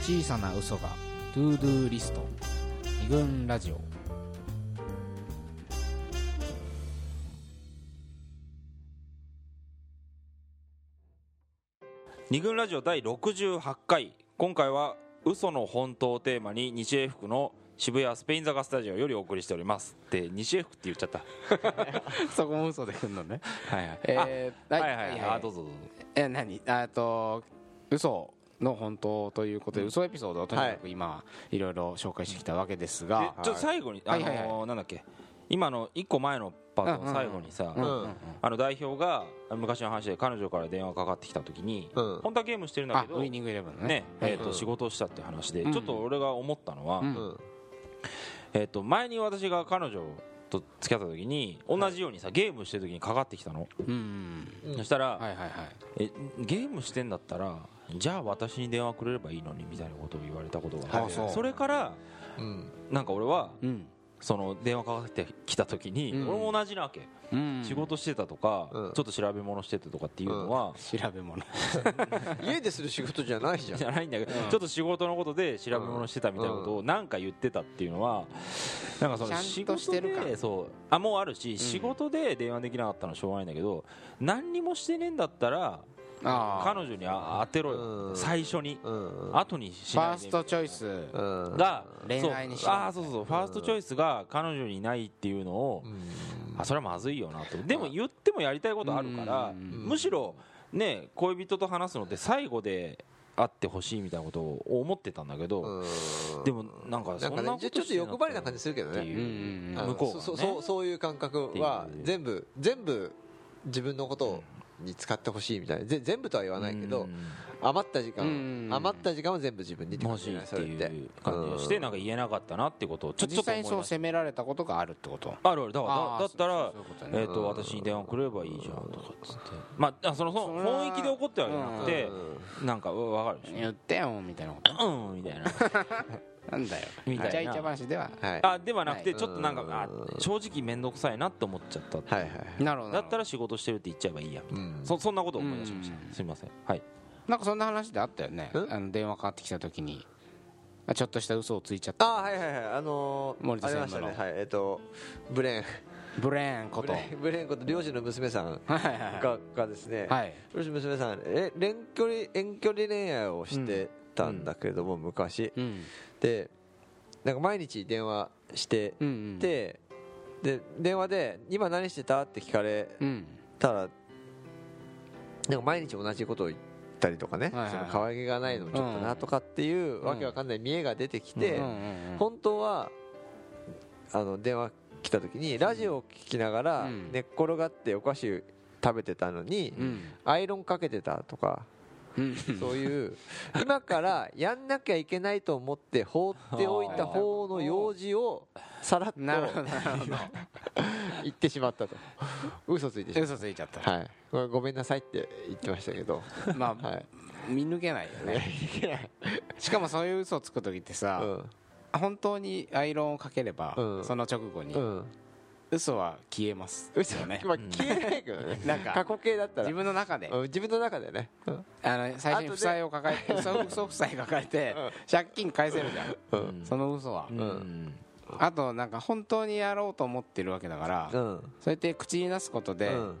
小さな嘘がトゥードゥーリスト二軍ラジオ二軍ラジオ第68回今回は嘘の本当をテーマに西英福の渋谷スペイン坂スタジオよりお送りしておりますで西英福って言っちゃったそこも嘘でくんのねはいはいえー、あはいはいはいあどうぞぞどうぞえ何えっと嘘の本当ということで、嘘エピソードをとにかく今、い、ろいろ紹介してきたわけですが、でちょっと最後にあのはいはいはーなんだっけ今の一個前のパートの最後にさうんうんあの代表が昔の話で彼女から電話かかってきた時にうん本当はゲームしてるんだあけどウイニングイレブンのねねえーうとん仕事をしたって話でうんちょっと俺が思ったのはうんうんえーと前に私が彼女と付き合った時に同じようにさゲームしてる時にかかってきたのうんうんうんそしたらはいはいはいえゲームしてんだったらじゃあ私に電話くれればいいのにみたいなことを言われたことがああってそうそれからうんなんか俺はうんその電話かかってきた時にうん俺も同じなわけうん仕事してたとかちうょんっと調べ物しててとかっていうのは調べ物家でする仕事じゃないじゃんじゃないんだけどちょっと仕事のことで調べ物してたみたいなことをなんか言ってたっていうのはなんかそのちゃ仕んとして事るかでそうあもうあるし仕事で電話できなかったのはしょうがないんだけど何にもしてねえんだったらああ彼女にあ当てろうよん最初にうん後にしフないァでーストチョイスうんが恋そう愛にしろあーそうそうそうファーストチョイスが彼女にないっていうのをうんあそれはまずいよなとでも言ってもやりたいことあるからうんむしろね恋人と話すのって最後で会ってほしいみたいなことを思ってたんだけどうんでもなんかなそんんかなねこちょとちょっと欲張りな感じしするけどてなくてってねうんいううんあの向こうがねそそうそういう感覚はっていう全部全部自分のことに使ってほしいみたいなぜ全部とは言わないけうどん余った時うん間余った時間は全部自分にっても感じしじっゃないてそれっいてう感じがしてなんか言えなかったなってことをちょち実ょっと際思にい出そうした責められたことがあるってことあるあるだからあだーだったらそうそういうことねえー、とうん私に電話くれればいいじゃんとかっつって、まあ、あそのそのそれは本意で怒ってはいなくてなんかうわ分かるでし言ってよみたいなこょうんみたいなとなんだよみたいなイチャイチャ話ではうんはいあではなくてはいちょっとなんかうんあ正直面倒くさいなって思っちゃったってはいはいなるほどだったら仕事してるって言っちゃえばいいやみたいうんなそそんなことを思い出しましうんたすみませんはいなんかそんな話であったよねんあの電話かかってきた時にあちょっとした嘘をついちゃったあはいはいはいあのー森田あり専まし務たのねはいえっとブレーンブレーンこブとレはいーンブレーンこと漁師の娘さん はいはががですねいはい漁師の娘さんえ遠距離遠距離恋愛をしてたんだけれども昔うんでなんか毎日電話してうんうんでで電話で「今何してた?」って聞かれうんたらなんか毎日同じことを言ったりとかねはいはいその可愛げがないのもちょっとなとかっていううんわけわかんない見栄が出てきうてんうんうん本当はあの電話来た時にラジオを聞きながらうん寝っ転がってお菓子食べてたのにうんアイロンかけてたとかうんそういう今からやんなきゃいけないと思って放っておいた方の用事をさらっと なるほど言なるほどってしまったと嘘ついてしまっ嘘ついちゃったたはいこれごめんなさいって言ってましたけどまあはい見抜けないよねしかもそういう嘘をつく時ってうさん本当にアイロンをかければうんその直後にうん嘘は消えます嘘よねまあ消えないけどねなんか過去形だったら自分の中でうん自分の中でねうんあの最初に負債を抱えて嘘嘘負債抱えてうん借金返せるじゃんうんその嘘はうんうんあとなんか本当にやろうと思ってるわけだからうんそうやって口に出すことでうん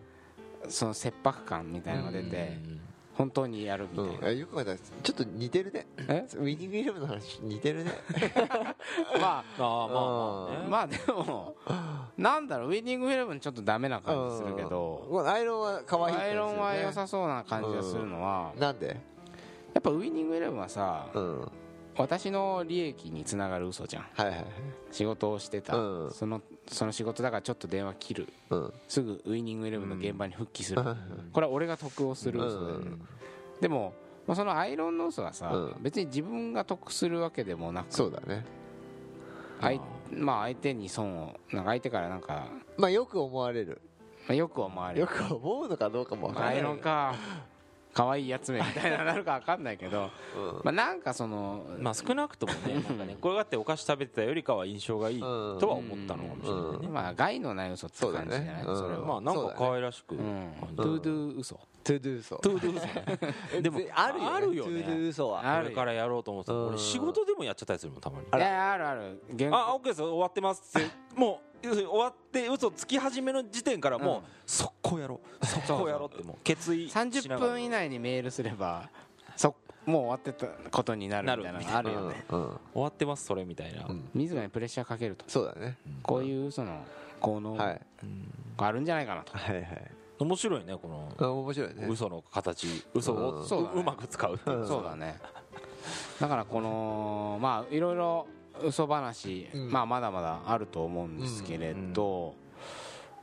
その切迫感みたいなのが出て本当にやるみたういんなあよく考えたらちょっと似てるねえウィニングイレブンの話似てるねまああまあまああねまあでもなんだろうウィニングイレブンちょっとダメな感じするけどうんアイロンは可愛いってアやイつですよロねンは良さそうな感じがするのはなんでやっぱウィニングイレブンはさうんはい私の利益につながる嘘じゃんはいはい仕事をしてたうんそのその仕事だからちょっと電話切るうんすぐウイニングイレブンの現場に復帰する、うんこれは俺が得をするう嘘だよね、んでもまあそのアイロンの嘘はさ、うん別に自分が得するわけでもなくそうだねあいまあ、相手に損をなんか相手からなんか、まあよく思われるまあ、よく思われよるく思うのかどうかもわかアらイなロいンか可愛いやつめみたいななるか分かんないけど、まあ、なんかその、まあ少なくとも ねなんかねこれがってお菓子食べてたよりかは印象がいいうんとは思ったのかもしれないね、まあ害のない嘘って感じじゃないそうだねうんそれは、まあなんそうかだね可愛らしく、 うんあトゥードゥー嘘トゥードゥーソ トゥードゥー嘘ねでもあるよねあるよトゥードねゥーソはあこるよれからやろうと思ってたうん俺仕事でもやっちゃったりするもんたまいにやあるある原あ、OK です、終わってますって、 もう、要するに終わって、嘘つき始めの時点から、もう、うん速攻やろう、速攻やろうって、もう、決意しながら。 30分以内にメールすればそもう終わってたことになるみたいなのがあるよね、うんうん終わってます、それみたいな。うん自らにプレッシャーかけるとそうだねこういうその効能はがいあるんじゃないかなと、はいはい面白いね、この、あ面白いね嘘の形、嘘をうんそうだねうまく使う。うんそうだねだからこのまあいろいろ嘘話、うんまあまだまだあると思うんですけれど、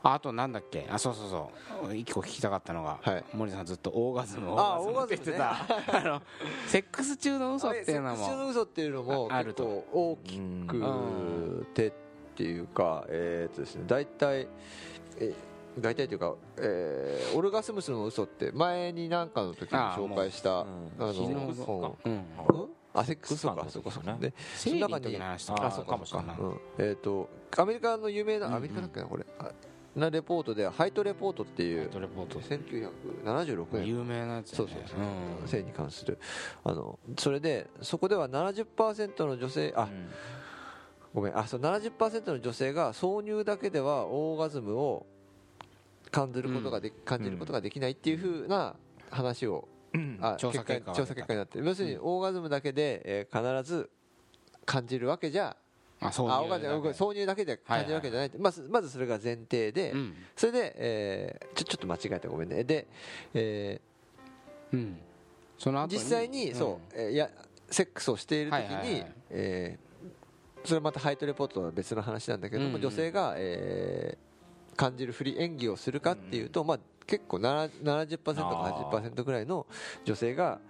ああとなんだっけあそうそうそう一個聞きたかったのが、はい森さんずっとオーガズムあオーガズムって言ってオた、 あのセックス中の嘘っていうのあれセックス中のも嘘っていうのもあある結と構大きうんうくてっていうかえーっとですね大体え大体というか、えーオルガスムスの嘘って前に何かの時にあー紹介したあうんの昨日の本うんうんあセックスとかセそッうクかスとそうかかねで生理の時の話とかああーそうかかももししれれなないいうんえー、とアメリカの有名うんうなんアメリカだっけなこれあなレポートでハイトレポートっていうレポート1976年有名なやつだそようねそうそう、うん性に関するあのそれでそこでは70%の女性あ、うんごめんあそう70%の女性が挿入だけではオーガズムを感じることがで、感じることができないっていうふうな話を、あ調査結果が調査結果になって要するにオーガズムだけで、えー必ず感じるわけじゃあそうあオーガズムいう挿入だけで感じるわけじゃないって、まずまずそれが前提で、うんそれで、えーちょちょっと間違えたごめんねで、えうんそのー後実際に、そう、えーいやセックスをしている時に、はいはいはいえーそれまたハイトレポートとは別の話なんだけども、うんうん女性が、えー感じるふり演技をするかっていうと、まあ、結構な70%か80%ぐらいの女性が、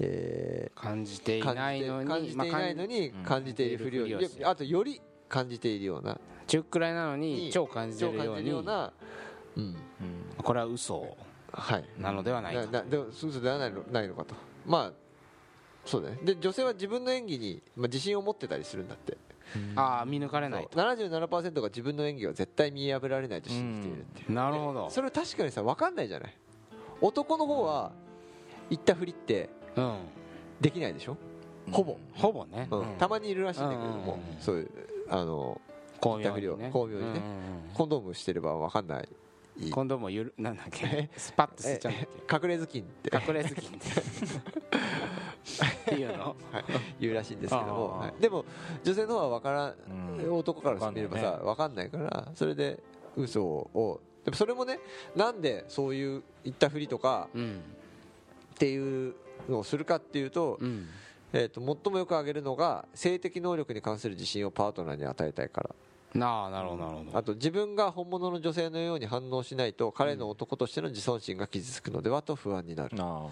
えー感じてい感ないじてのに感じていないのにまあ感じているふりを、うんいやあとより感じているような中くらいなのにに超感じて超る感ようじにるような、うんうんこれは嘘はい、なのではないなかなでもそうそうではないのないのかとまあそうだねで女性は自分の演技に、まあ、自信を持ってたりするんだってああ見抜かれないそう77%が自分の演技を絶対見破られないと信じているっていう、となるほどそれ確かにさ分かんないじゃない男の方は言ったふりってうんできないでしょほぼ、ほぼねうんうんたまにいるらしいんだけどうもんうんうんそういうあの巧妙見たにふりねを巧妙にうんねうんうんコンドームしてれば分かんない今度もゆるなんだっけえスパッとしちゃうんだっ隠れ頭巾っ てけ隠れ好き っていうの言うらしいんですけども、あーはいでも女性の方は分からんうん男からしてみればさ分かんないからそれで嘘をでもそれもねなんでそういう言ったふりとかうんっていうのをするかっていうと,、うんえー、と最もよく挙げるのが性的能力に関する自信をパートナーに与えたいからなあなるほどなるほどあと自分が本物の女性のように反応しないと彼の男としての自尊心が傷つくのではと不安になるあ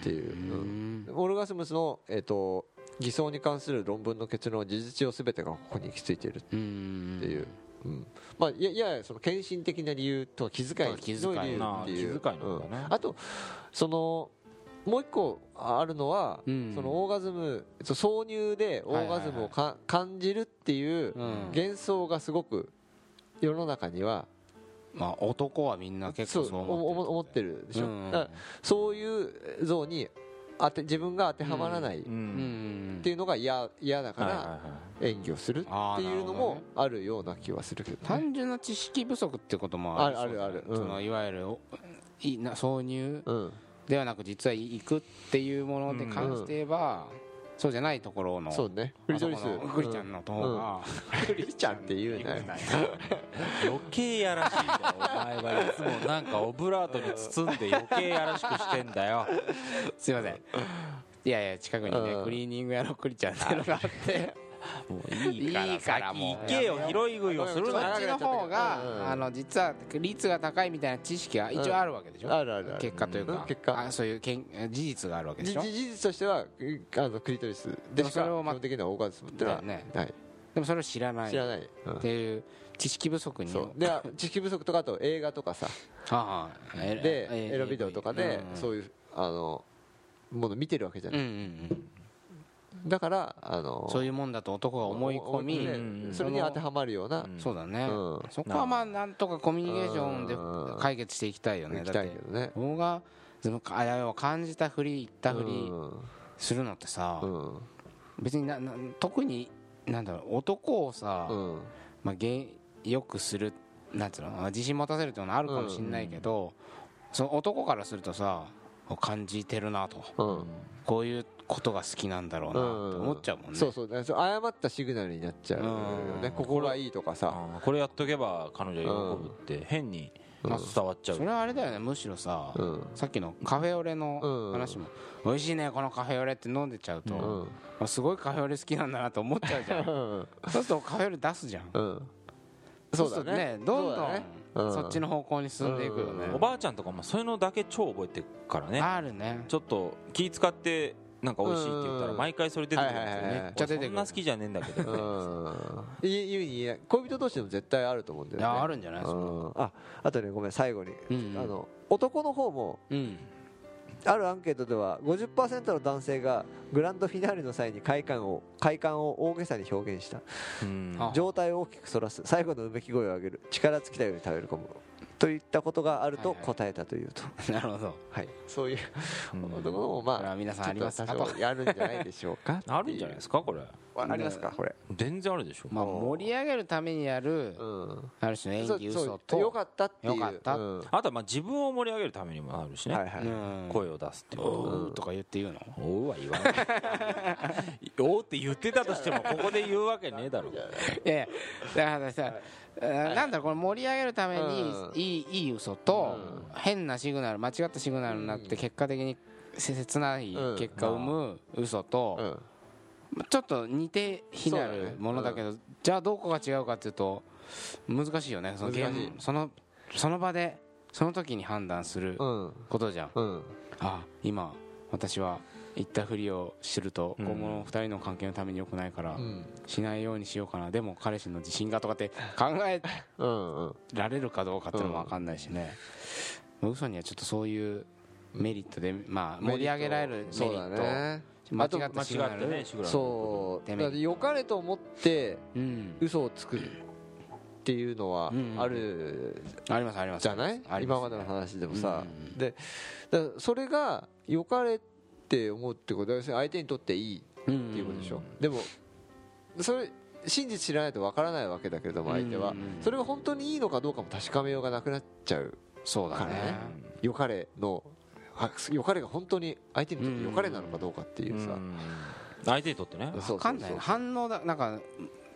っていう、ううんんオルガスムスの、えー、と偽装に関する論文の結論は事実上全てがここに行き着いているうんっていう、うんまあ、いやいやその献身的な理由とは気遣いのあ気理遣い由ーなっあて気い、遣いうなんだねうんあとそのもう一個あるのは、うんそのオーガズムそう挿入でオーガズムをか、感じるっていううん幻想がすごく世の中にはまあ男はみんな結そ構うそうお思も思っっててるるでしょ、うんだからそういう像に当て自分が当てはまらないっううんんていうのが嫌嫌だかはいはらいは演技をするっていうのもあるような気はするけどね、単純な知識不足ってこともあるあるあるそうだねあるうんそのいわゆるおいな挿入うんではなく実は行くっていうものに関して言えば、そうじゃないところのそうねフリドリスあそこのグリちゃんの方が、クリちゃんって言うなよい余計やらしいんだよお前はいつもなんかオブラートに包んで余計やらしくしてんだよ すいませんいやいや近くにね、うんクリーニング屋のクリちゃんっていうのがあってもういいからいいからもう先行けよ拾い食いをするそなっちの方が、うんあの実は率が高いみたいな知識は一応あるわけでしょ、あるあるある結果というか、うん結果あそういうけん事実があるわけでじしょ事実としてはうあのクリトリスでもしそか基れをま本的にはオーガズムってのはだよねないでもそれを知らない知らないうんっていう知識不足にそうであ知識不足とかあと映画とかさああえでえエロビデオとかでうんそういうあのもの見てるわけじゃうんなうい、んうんだからあのそういうもんだと男が思い込み、思ねい込んでうんそれに当てはまるような、うんそうだね、うんそこはまあなんとかコミュニケーションでうん解決していきたいよね行きだたっいてけどね僕がそのあやを感じたふり言ったふりするのってさ、うん別になな特になんだろう男をさ、うんうんまあ、げよくするなんつうの自信持たせるっていうのはあるかもしれないけど、その男からするとさ感じてるなとうんこういうことが好きなんだろうなって思っちゃうもんね、そうそうだから誤ったシグナルになっちゃうようねん心がいいとかさあーこれやっとけば彼女喜ぶって変にうん伝わっちゃうそれはあれだよねむしろさ、うんさっきのカフェオレのうん話も、美味しいねこのカフェオレって飲んでちゃうと、ううんあすごいカフェオレ好きなんだなと思っちゃう じゃんそうするとカフェオレ出すじゃんうんそうするだとねどんそうどだんねうんそっちの方向に進んでいくよね、うんおばあちゃんとかもそういうのだけ超覚えてるからねあるねちょっと気使ってなんか美味しいって言ったらうん毎回それ出てくるんですよはいはいはいはいねめっちゃ出てくる俺そんな好きじゃねえんだけどうんい言うに言え恋人同士でも絶対あると思うんだいよねやあるんじゃないですかうんああとねごめん最後に、うんうんあの男の方もうん あるアンケートでは50%の男性がグランドフィナーレの際に快感を快感を大げさに表現したうんあ状態を大きくそらす最後のうめき声を上げる力尽きたように食べる込むといったことがあるとはいはい答えたというと、はいなるほどそういううん男の方もこれまあは皆さんちあょっりとます多かと少やるんじゃないでしょうか あるんじゃないですかこれありますかこれ、全然あるでしょまあ盛り上げるためにやるうん、ある種の演技そう嘘そうよとかったっていうよかったうんはあとはまあ自分を盛り上げるためにもあるしいはねい、うん声を出すっていうことおうとか言って言うの おうは言わない おうって言ってたとしてもここで言うわけねえだろいやいやだからさあなんだろうこれ盛り上げるためにうんいいいい嘘と変なシグナル間違ったシグナルになって結果的に切ない結果を生む嘘と、うんちょっと似て非なそうだねるものだけどじゃあどこが違うかっていうと難しいよねその難しい現そのその場でその時に判断するうんことじゃん、うんあ今私は言ったふりをするとうん今後の2人の関係のために良くないからうんしないようにしようかなでも彼氏の自信がとかって考えうんうんられるかどうかっていうのも分かんないしね、まあ嘘にはちょっとそういうメリットでまあ盛り上げられるメリットそうだね間違あった間違シグナっルてねシグラそうデだメリットから良かれと思ってうん、嘘をつくっていうのはうんあるありますありますじゃない、ありす今までの話でもさ、うんうんうんでだからそれが良かれって思うってことは要するに相手にとっていいうんっていうことでしょ、でもそれ真実知らないとわからないわけだけれども相手は、うんうんうんそれが本当にいいのかどうかも確かめようがなくなっちゃうそうだねからね良かれのあ良かれが本当に相手にとって良かれなのかどうかっていうさ、うん相手にとってねそうそうそう分かんないな反応だなんか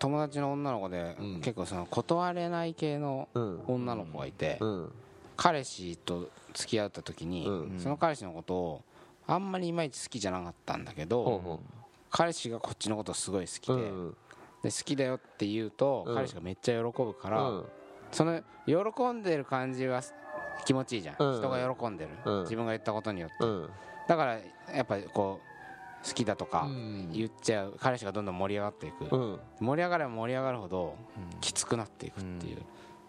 友達の女の子で、うん結構その断れない系のうん女の子がいて、うん彼氏と付き合った時に、うんその彼氏のことをあんまりいまいち好きじゃなかったんだけほうど、ほ彼氏がこっちのことすごい好きで,、ううんで好きだよって言うと、うん彼氏がめっちゃ喜ぶから、うんその喜んでる感じは気持ちいいじゃん、うん人が喜んでる、うん自分が言ったことによってうんだからやっぱりこう好きだとかうん言っちゃう彼氏がどんどん盛り上がっていく、うん盛り上がれば盛り上がるほどきつくなっていくっていう、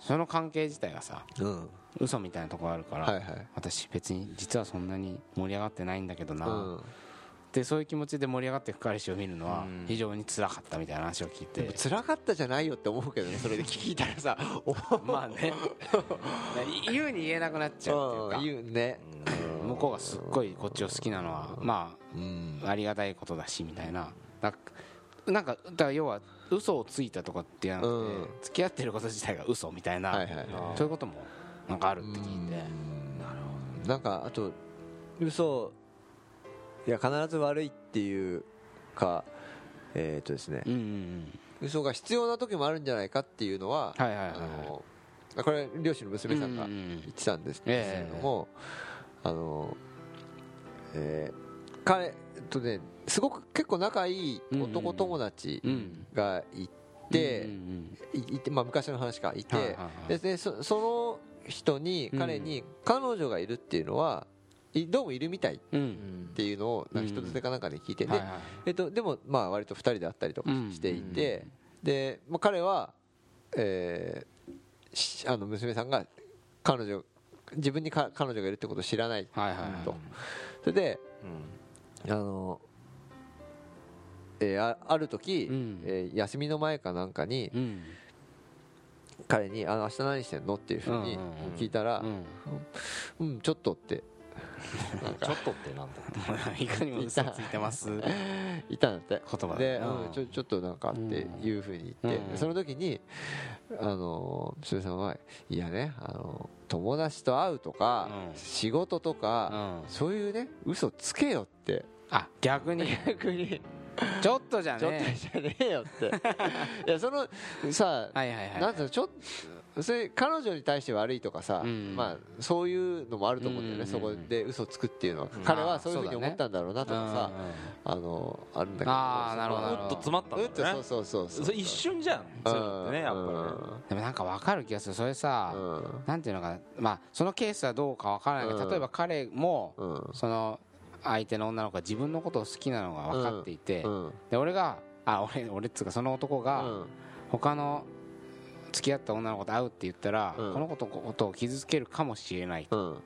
その関係自体がさうん嘘みたいなとこあるから、はいはい私別に実はそんなに盛り上がってないんだけどな、うんでそういう気持ちで盛り上がっていく彼氏を見るのはうん非常に辛かったみたいな話を聞い て、辛かったじゃないよって思うけどねそれで聞いたらさお まあね言うに言えなくなっちゃうっていうか言うね向こうがすっごいこっちを好きなのはまあうんありがたいことだしみたいなだなんかだから要は嘘をついたとかってやなくて、うん付き合ってること自体が嘘みたいな、はいはいそういうこともなんかあるって聞いて、なんかあと嘘いや必ず悪いっていうかえっとですねうんうんうん、嘘が必要な時もあるんじゃないかっていうのははいはいはいあのこれ両親の娘さんがうう言んってたんですけれどもあのえー彼えっとねすごく結構仲いい男友達うんがいて、うんうんいいてまあ、昔の話かいて、はいはいはいででそその人にうん彼に彼女がいるっていうのはいどうもいるみたいっうんていうのをなうんかん人づてかなんかで聞いて、うんではいはいえっと、でもまあ割と2人で会ったりとかうんしていて、でまあ、彼は、えーしあの娘さんが彼女自分にか彼女がいるってことを知らないはいはいはいとそれであの、えーあある時、うんえー休みの前かなんかにうん彼に「あの明日何してんの?」っていうふうにうんうんうん聞いたらう「ん うん、ちょっと」ってちょっとってなんだいかにも嘘ついてます言言ったんだって葉だで、ねうん、ちょちょっとなんかっていうふうに言って、うんその時にあの渋谷さんはいやねあの友達と会うとか、うん仕事とうか、んそういうね嘘つけよってあ逆に 逆にちょっとじゃちょっとねじゃねえよっていやそのさはいはいはいなんていうのちょっとそれ彼女に対して悪いとかさ、うんまあ、そういうのもあると思うんだよね、うんそこで嘘つくっていうのは、うん彼あはーそういうふうにそうだね思ったんだろうなとかさあのあるんだけどあーなるほどなるうほっとど詰まったんうっとだそねうそうそうそうそれ一瞬じゃんそういうのってねやっぱぱでもなんかわかる気がするそれさなんていうのかなまあそのケースはどうかわからないけうんど例えば彼もうんうんその相手の女の子が自分のことを好きなのが分かっていてうんで俺があ俺俺っつうかその男がうん他の付き合った女の子と会うって言ったらこうんの子のことを傷つけるかもしれないうん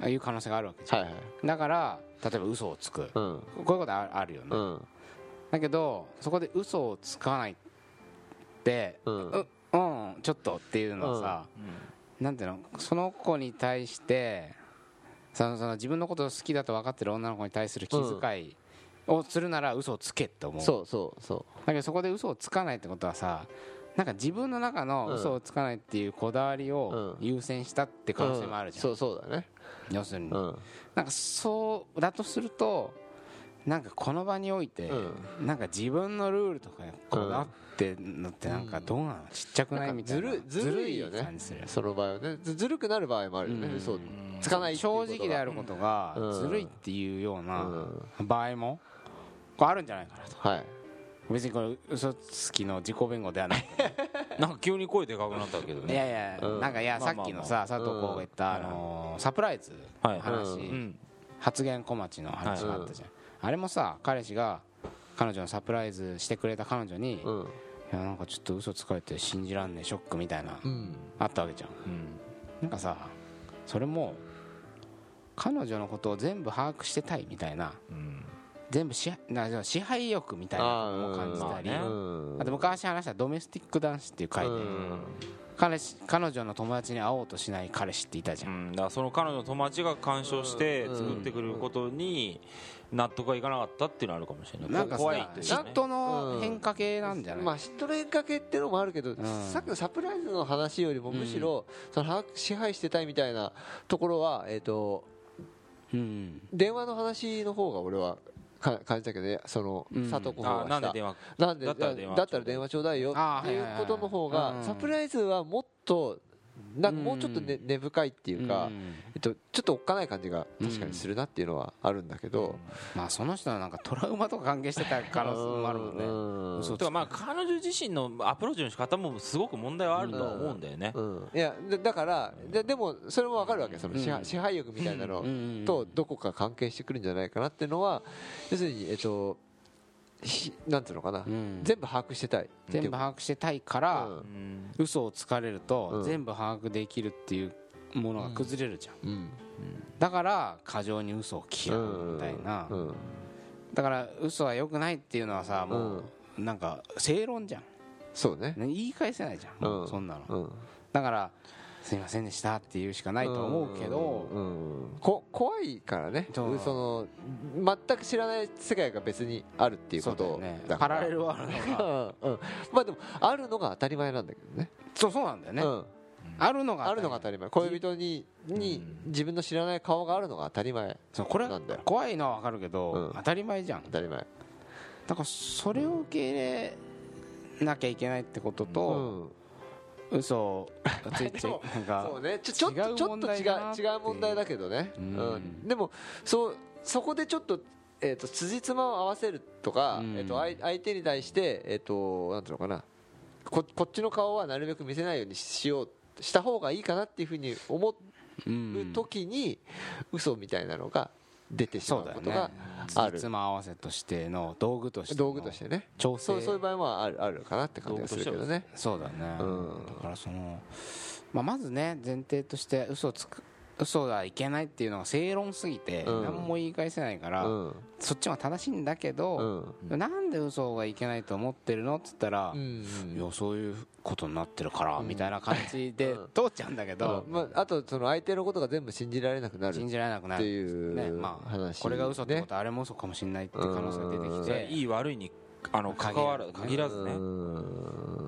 という可能性があるわけじはいゃはいんだから例えば嘘をつくこうんういうことああるよねうんだけどそこで嘘をつかないってうんううんちょっとっていうのはさ、りねなんていうのその子に対してそのその自分のことを好きだと分かってる女の子に対する気遣いをするなら嘘をつけって思う,、そうそうそだけどそこで嘘をつかないってことはさなんか自分の中のうん嘘をつかないっていうこだわりをうん優先したってう可能性もあるじゃん、うんそうそうだね要するに、うんなんかそうだとするとなんかこの場において、うなんか自分のルールとかにこだわってんのってなんかどうなのちっちゃくないみたいななんかずるずるいよねず感じするよその場合はねずずるくなる場合もあるよねうん嘘うんつかないっていうこ正とが直であることがうんずるいっていうようなうん場合もこうあるんじゃないかなとはい別にこれ嘘つきの自己弁護ではないなんか急に声でかくなったけどいねやいや うんなんかいやまあさまあまあっきのさ佐藤浩が言ったあのーサプライズのは話いうん発言小町の話があったじゃんあれもさ彼氏が彼女のサプライズしてくれた彼女にうんうんいやなんかちょっと嘘つかれて信じらんねえショックみたいなうんあったわけじゃんうなんんかさそれも彼女のことを全部把握してたいみたいなうん全部支配なな支配欲みたいなのも感じたりああ,、ーうんと昔話した「ドメスティック男子」っていう回で、うん彼氏彼女の友達に会おうとしない彼氏っていたじうゃん、ん、だからその彼女の友達が干渉して作ってくることに納得がいかなかったっていうのはあるかもしれないなんかさ怖いっていう嫉妬のうん変化系なんじゃない、まあ嫉妬連かけってのもあるけど、んさっきのサプライズの話よりもむしろ、その把握支配してたいみたいなところは、えー、とうん電話の話の方が俺はか感じたけどねその、うん佐藤子あーがしなたんで電話なんでだだっったら電た話ら電話ちょうだいよあーっていうことの方はいはいが、はいサプライズはもっとなんかもうちょっと、ね根深いっていうか、うんえっと、ちょっとおっかない感じが確かにするなっていうのはあるんだけど、まあその人のなんかトラウマとか関係してた可能性もあるもんね、うん嘘つとかまあ彼女自身のアプローチの仕方もすごく問題はあるとは思うんだよね、うん、いやだだからででもそれもわかるわけその支配,、うん支配欲みたいなのうんうんうんとどこか関係してくるんじゃないかなっていうのは要するにえっとひなんていうのかな、うん全部把握してたい全部把握してたいから、うんうん嘘をつかれるうとん全部把握できるっていうものが崩れるじゃん、うんだから過剰に嘘を嫌うみたいな、うんだから嘘は良くないっていうのはさもうなんか正論じゃんそうねね言い返せないじゃんもううんそんなのうんだからすいませんでしたっていうしかないと思うけどうんこ怖いからねそそうの全く知らない世界が別にあるっていうそこうだとよねだパからラレルワールドうがんうんまあでもあるのが当たり前なんだけどねそうそうなんだよね、うんあるのがあるのが当たり前恋人ににうん自分の知らない顔があるのが当たり前そうこれなんだよ怖いのは分かるけど、うん当たり前じゃん当たり前だからそれを受け入れなきゃいけないってことうと、ん嘘をつい てでもなんかそうねちょちょっ違とうちょっ問と違題だなっていうう違う問題だけどねううんんでもそうそこでちょっとえーと辻褄を合わせるとかうんえーと相相手に対してえーとなんていうのかなここっちの顔はなるべく見せないようにしようした方がいいかなっていうふうに思ううん時に嘘みたいなのが出てしまそううだよことねがあるつま合わせとしての道具としての道具としてね調整そうそういう場合もあるあるかなって感じがするけどねそうだね、うんだからその、まあ、まずね前提として嘘をつく嘘だいけないっていうのが正論すぎてうん何も言い返せないから、うんそっちも正しいんだけうど、んなんで嘘がいけないと思ってるのっつったら、うんいやそういうことになってるから、みたいな感じでうん通っちゃうんだけど、まあ、あとその相手のことが全部信じられなくなる信っじられなくなてる、いうね話、まあ、これが嘘ってことはあれも嘘かもしれないって可能性が出てきそれはていい悪いにあの関わら限限ららずねねう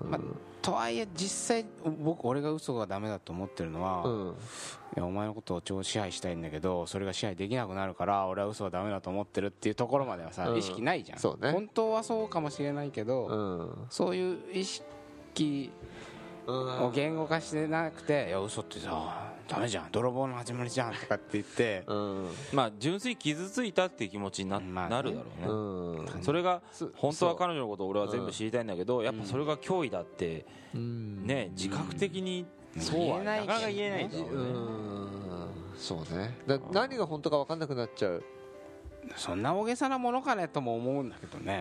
んまあとはいえ実際僕俺が嘘がダメだと思ってるのは、ういんやお前のことを超支配したいんだけどそれが支配できなくなるから俺は嘘はダメだと思ってるっていうところまではさ、うん意識ないじゃんそうね本当はそうかもしれないけど、うんそういう意識を言語化してなくて「いや嘘ってさダメじゃん泥棒の始まりじゃん」とかって言ってうんまあ純粋に傷ついたっていう気持ちにな,、まあねなるだろうね、うんそれがそ本当は彼女のことを俺は全部知りたいんだけど、やっうぱんそれが脅威だってうんね、自覚的にそうは言えないなかなか言えないんだけろどうねうねんそうねだ何が本当か分かんなくなっちゃうそんな大げさなものかねとも思うんだけどね、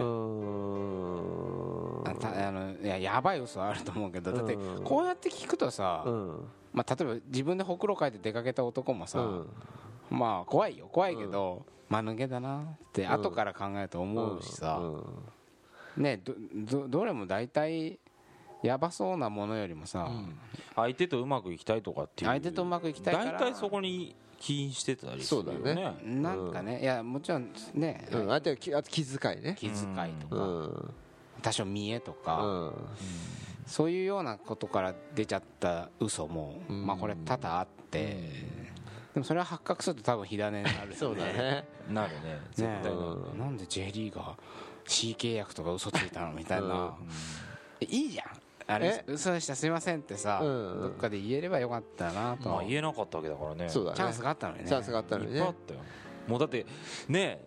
うんあたあのいややばい嘘はあると思うけどだってうんこうやって聞くとさ、うんまあ、例えば自分でほくろかいて出かけた男もさ、まあ怖いよ怖いけど、間抜けだなって後から考えると思うしさ、うんねどどどれも大体やばそうなものよりもさ、相手とうまくいきたいとかっていう相手とうまくいきたいから大体そこに起因してたりするよねそうだねなんかね、いやもちろんね、うん相手はきあと気遣いね気遣いとか、うん多少見えとか、うんそういうようなことから出ちゃった嘘も、うんまあこれ多々あって、でもそれは発覚すると多分火種になるよそうだねなるね絶ね対なる、うんなんで J リーが C 契約とか嘘ついたのみたいな、いいじゃんあれ嘘でしたすいませんってさ、うんどっかで言えればよかったなと、まあ言えなかったわけだからねそうだねチャンスがあったのにねチャンスがあったのいにっぱいあねったよもうだってね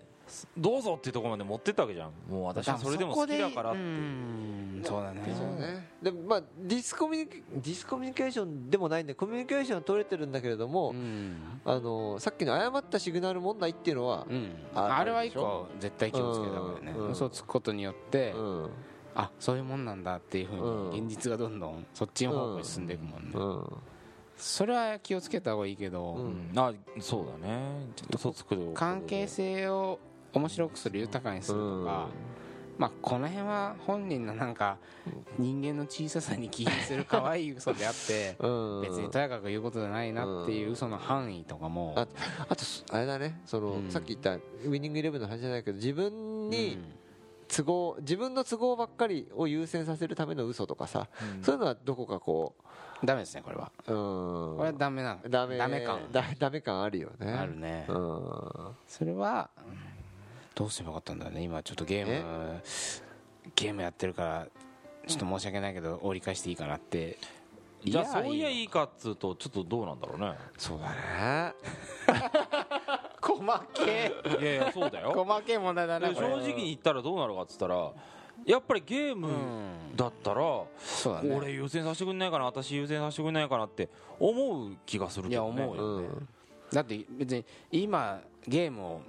どうぞっていうところまで持ってったわけじゃんもう私はそれでも好きだからってういうんそうだねそうねでまあディスコミュニケディスコミュニケーションでもないんでコミュニケーションは取れてるんだけれども、うん、あのさっきの誤ったシグナル問題っていうのはう、ん、ああれはあるで一しょ個絶対気をつけた方がいいね、うんうん嘘をつくことによって、うんうんあそういうもんなんだっていうふうにうん現実がどんどんそっちの方向に進んでいくもんね、うんそれは気をつけた方がいいけど、うんうんあそうだね嘘つくことで関係性を面白くする豊かにするとか、まあこの辺は本人のなんか人間の小ささに起因する可愛い嘘であってうん別にとやかく言うことじゃないなっていう嘘の範囲とかもああとそあれだねその、うんさっき言ったウィニングイレブンの話じゃないけど自分うにん都合、自分の都合ばっかりを優先させるための嘘とかさ、うんそういうのはどこかこダメですねこれはううこれはんダメなダメ感だダメ感あるよねあるねうんそれはどうすればよかったんだろうね今ちょっとゲームゲームやってるからちょっと申し訳ないけど折り返していいかなってじゃあいやそういやいいのいいかっつうとちょっとどうなんだろうねそうだね細けいやいやそうだ よ細け問題だでな正直に言ったらどうなるかっつったらやっぱりゲーうムんだったら、そうだね俺優先させてくんないかな私優先させてくんないかなって思う気がするけど、ね、いや思ううよんだって別に今ゲームを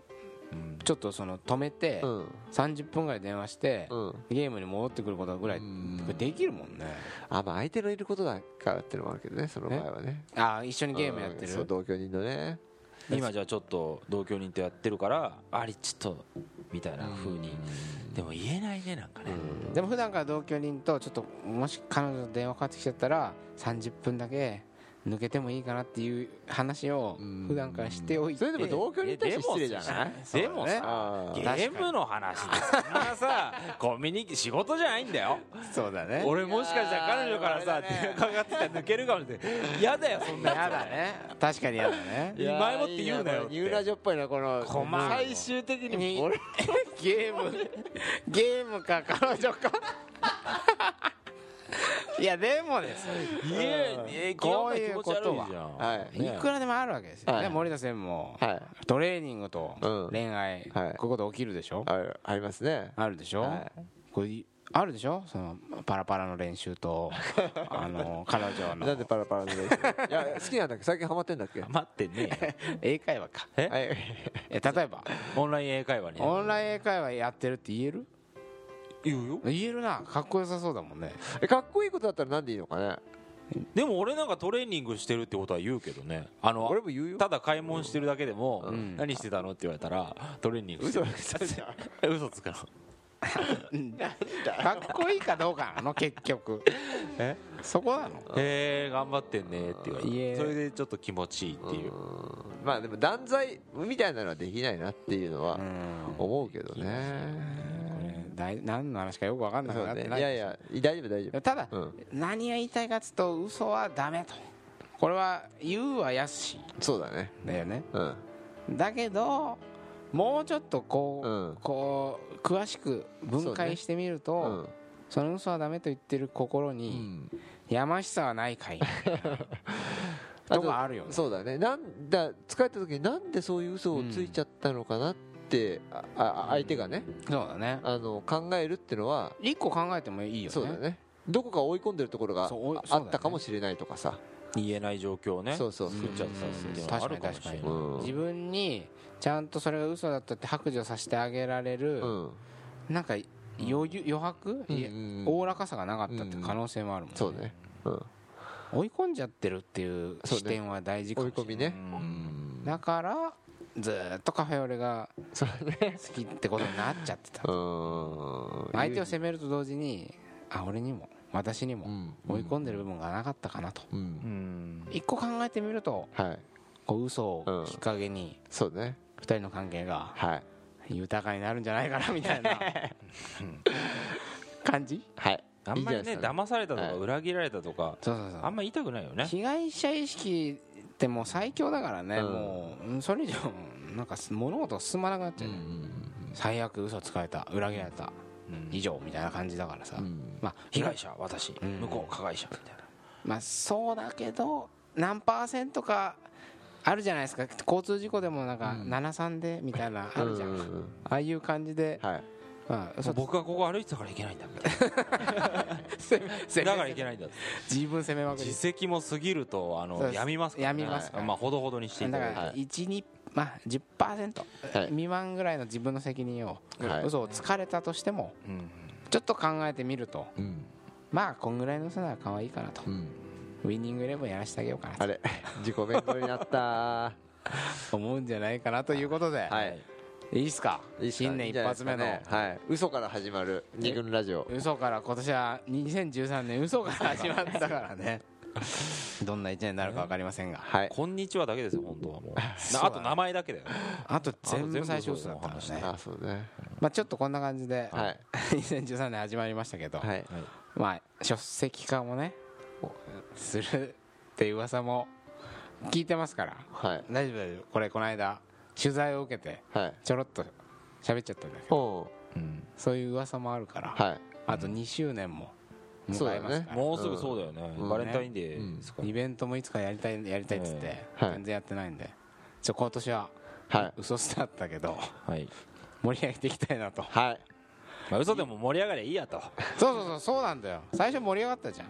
うんちょっとその止めてうん30分ぐらい電話してうんゲームに戻ってくることぐらいうんできるもんねあまあ相手のいることだからっていうのもあるけどねその場合はねああ一緒にゲームやってうんそうる同居人のね今じゃあちょっと同居人とやってるからあれちょっとみたいな風にでも言えないねなんかね、でも普段から同居人とちょっともし彼女の電話かかってきちゃったら30分だけ抜けてもいいかなっていう話を普段からしておいてそれでも同居人に対して失礼じゃないそうでだねもさあゲーームの話でそんなさコミュニケ仕事じゃないんだよそうだ ね俺もしかしたら彼女からさいやー電話かかってきたら抜けるかもしれない嫌だよそんなやつやだね確かにやだねいや前もって言うなよっていいニューラジオっぽいなこの困る最終的にに俺ゲームゲームか彼女か いやでもですよいやえこういうことは気持ち悪いじゃんはいいくらでもあるわけですよ、はいね森田専も、はいトレーニングとうん恋愛、はいこういうこと起きるでしょ、あありますねあるでしょ、はこれあるでしょそのパラパラの練習 とあの彼女なんでのパラパラの練習いや好きなんだっけ最近ハマってんだっけは待ってねえよ英会話かえいえ例えばオンライン英会話にオンライン英会話やってるって言える言うよ言えるなかっこよさそうだもんねえかっこいいことだったらなんでいいのかねでも俺なんかトレーニングしてるってことは言うけどねあの俺も言うよただ買い物してるだけでも、ん何してたのって言われたらトレーニングしてる嘘じゃん 嘘つくのかっこいいかどうかなの結局えそこなのへえ頑張ってんねって言われいてえそれでちょっと気持ちいいっていううんまあでも断罪みたいなのはできないなっていうのはうんこ思うけどねれだい何の話かよく分かんなくそなうってねないいやいや大丈夫大丈夫ただ、うん何が言いたいかっつうと嘘はダメとこれは言うはやしそうだねだよねうんだけどもうちょっとこう,、うんこう詳しく分そうね解してみるうとんそ,、の嘘はダメと言ってる心うに、んやましさはない かいあとかあるよねそうだねなんだ疲れた時になんでそういう嘘をついちゃったのかなって、ああ相手がねそうだねあの考えるってのは一個考えてもいいよねそうだねどこか追い込んでるところがあそうおいあそうだよねったかもしれないとかさ言えない状況をねそうそう作っちゃってたっていうのはあるかもしれない確かうん自分にちゃんとそれが嘘だったって白状させてあげられる、うんなんか余裕余白、うんいやうんおおらかさがなかったって可能性もあるもん、そうねうん追い込んじゃってるっていうそうね視点は大事か追いもしれ込ないみねうんだからずーっとカフェオレがそう好きってことになっちゃってたうん相手を責めると同時にあ俺にも私にうもん追い込んでる部分がなかったかなとうんうん一個考えてみるとはいこう嘘をきっかけにそうね二人の関係がはい豊かになるんじゃないかなみたいな感じはいあんまりいいじゃねないですか騙されたとはかい裏切られたとかそうそうそあんうま言いたくないよね被害者意識ってもう最強だからねうんもううんそれ以上なんか物事が進まなくなっちゃう最悪嘘つかれた裏切られたうん以上みたいな感じだからさうんまあ被害者私ん向こう加害者みたいなまあそうだけど何パーセントかあるじゃないですか交通事故でもなんか73でみたいなあるじゃん、うあんあいう感じで、はいまあ、も嘘う僕がここ歩いてたからいけないんだ攻め攻めだからいけないんだ自分攻めまくり実績も過ぎるとあそうのですやみますからねやみますからまあほどほどにしていだかただいてらはい12まあ10%はい未満ぐらいの自分の責任を、はい嘘をつかれたとしてもうんちょっと考えてみるとうんまあこんぐらいの嘘なら可愛いかなと、うんウィニングイレブンやらせてあげようかなあと れ自己弁護になった思うんじゃないかなということで、はいい、いっすかいいっすか新年一発目の、いいんじゃないですかねはい嘘から始まる二軍ラジオ嘘から今年は2013年嘘から始まったから ねどんな1年になるか分かりませんがはいこんにちはだけですよ本当はもうそうなだあと名前だけだよあと全あ部と最初嘘だったから全ねあそうねまあちょっとこんな感じではい2013年始まりましたけどはいはいまあ書籍化もねするって噂も聞いてますからはい大丈夫大丈夫これこの間取材を受けてはいちょろっと喋っちゃったんだけどほうんそういう噂もあるからはいあと2周年も迎えまそうだすよねからもうすぐそうだよねうんバレンタインデーですからイベントもいつかやりたいやりたいっつって、はい全然やってないんでちょ今年ははい嘘スタートだけど はい盛り上げていきたいなとはいまあ嘘でも盛り上がりゃいいやとそうそうそうそうなんだよ最初盛り上がったじゃん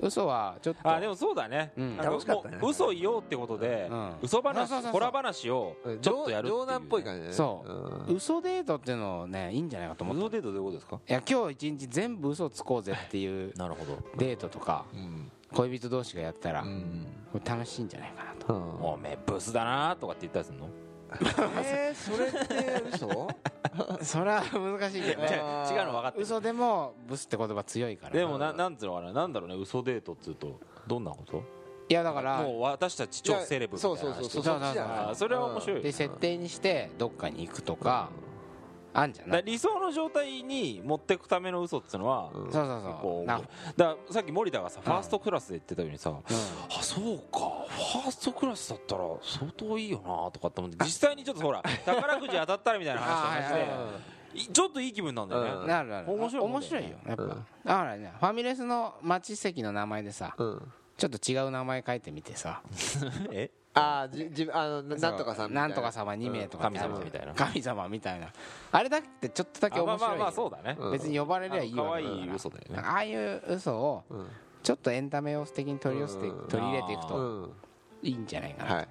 嘘はちょっとあでもそうだねうんあの楽しかったねもう嘘を言おうってことでうん嘘そうそうそ話うホラ話をちょっとやるっていう冗談っぽい感じだねそううん嘘デートっていうのをねいいんじゃないかと思って嘘デートどういうことですかいや今日一日全部嘘つこうぜっていう なるほどデートとかうん恋人同士がやったら、うんこれ楽しいんじゃないかなとうんおめえブスだなとかって言ったりするのえーそれって嘘 それは難しいけど 違うねあー違うの分かってる嘘でもブスって言葉強いからでもななんつうのかななんだろうね嘘デートっつうとどんなこといやだからもう私たち超セレブみたいそなうそうそうそそうそうっそうそうちじゃないあーそれは面白いよで設定にしてどっかに行くとか、あんじゃだかならい理想の状態に持っていくための嘘っていうのは、そうそうそこううなだからさっき森田がさファーストクラスで言ってたようにさ、うんあそうかファーストクラスだったら相当いいよなとかって思って実際にちょっとほ ら宝くじ当たったらみたいな話とかあしはいてはいいちょっといい気分なんだよね、うんなるなる面白いもん面だ白よねいよやっぱ、うんだからねファミレスの町席の名前でさうんちょっと違う名前書いてみてさえああじ自分あのななんとかさんみたないんとか様2名とかってあるじゃん神様みたいな神様みたいなあれだってちょっとだけあまあ面白いまよあまあそうだね、うん別に呼ばれりゃいい可わ愛けだからい嘘だよねああいう嘘をうんちょっとエンタメを素敵に取り寄せてうん取り入れていくうとんいいんじゃないかな、はい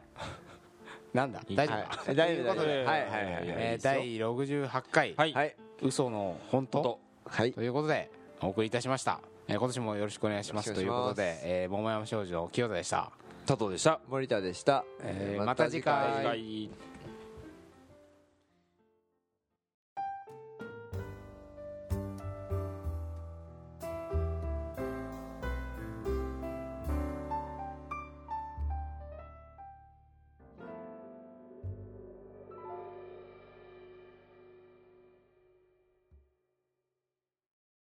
なんだいい大丈夫か、はい大丈夫大という丈夫ことではいはいはいいやえーいいっすよ第68回、はい、はい嘘の本当本ということでお送りいたしましたえー今年もよろしくお願いしますよろとしいくうお願こいしますとで、えー、桃山少女清田でした、佐藤でした森田でした、えーえーまた次回バイバイ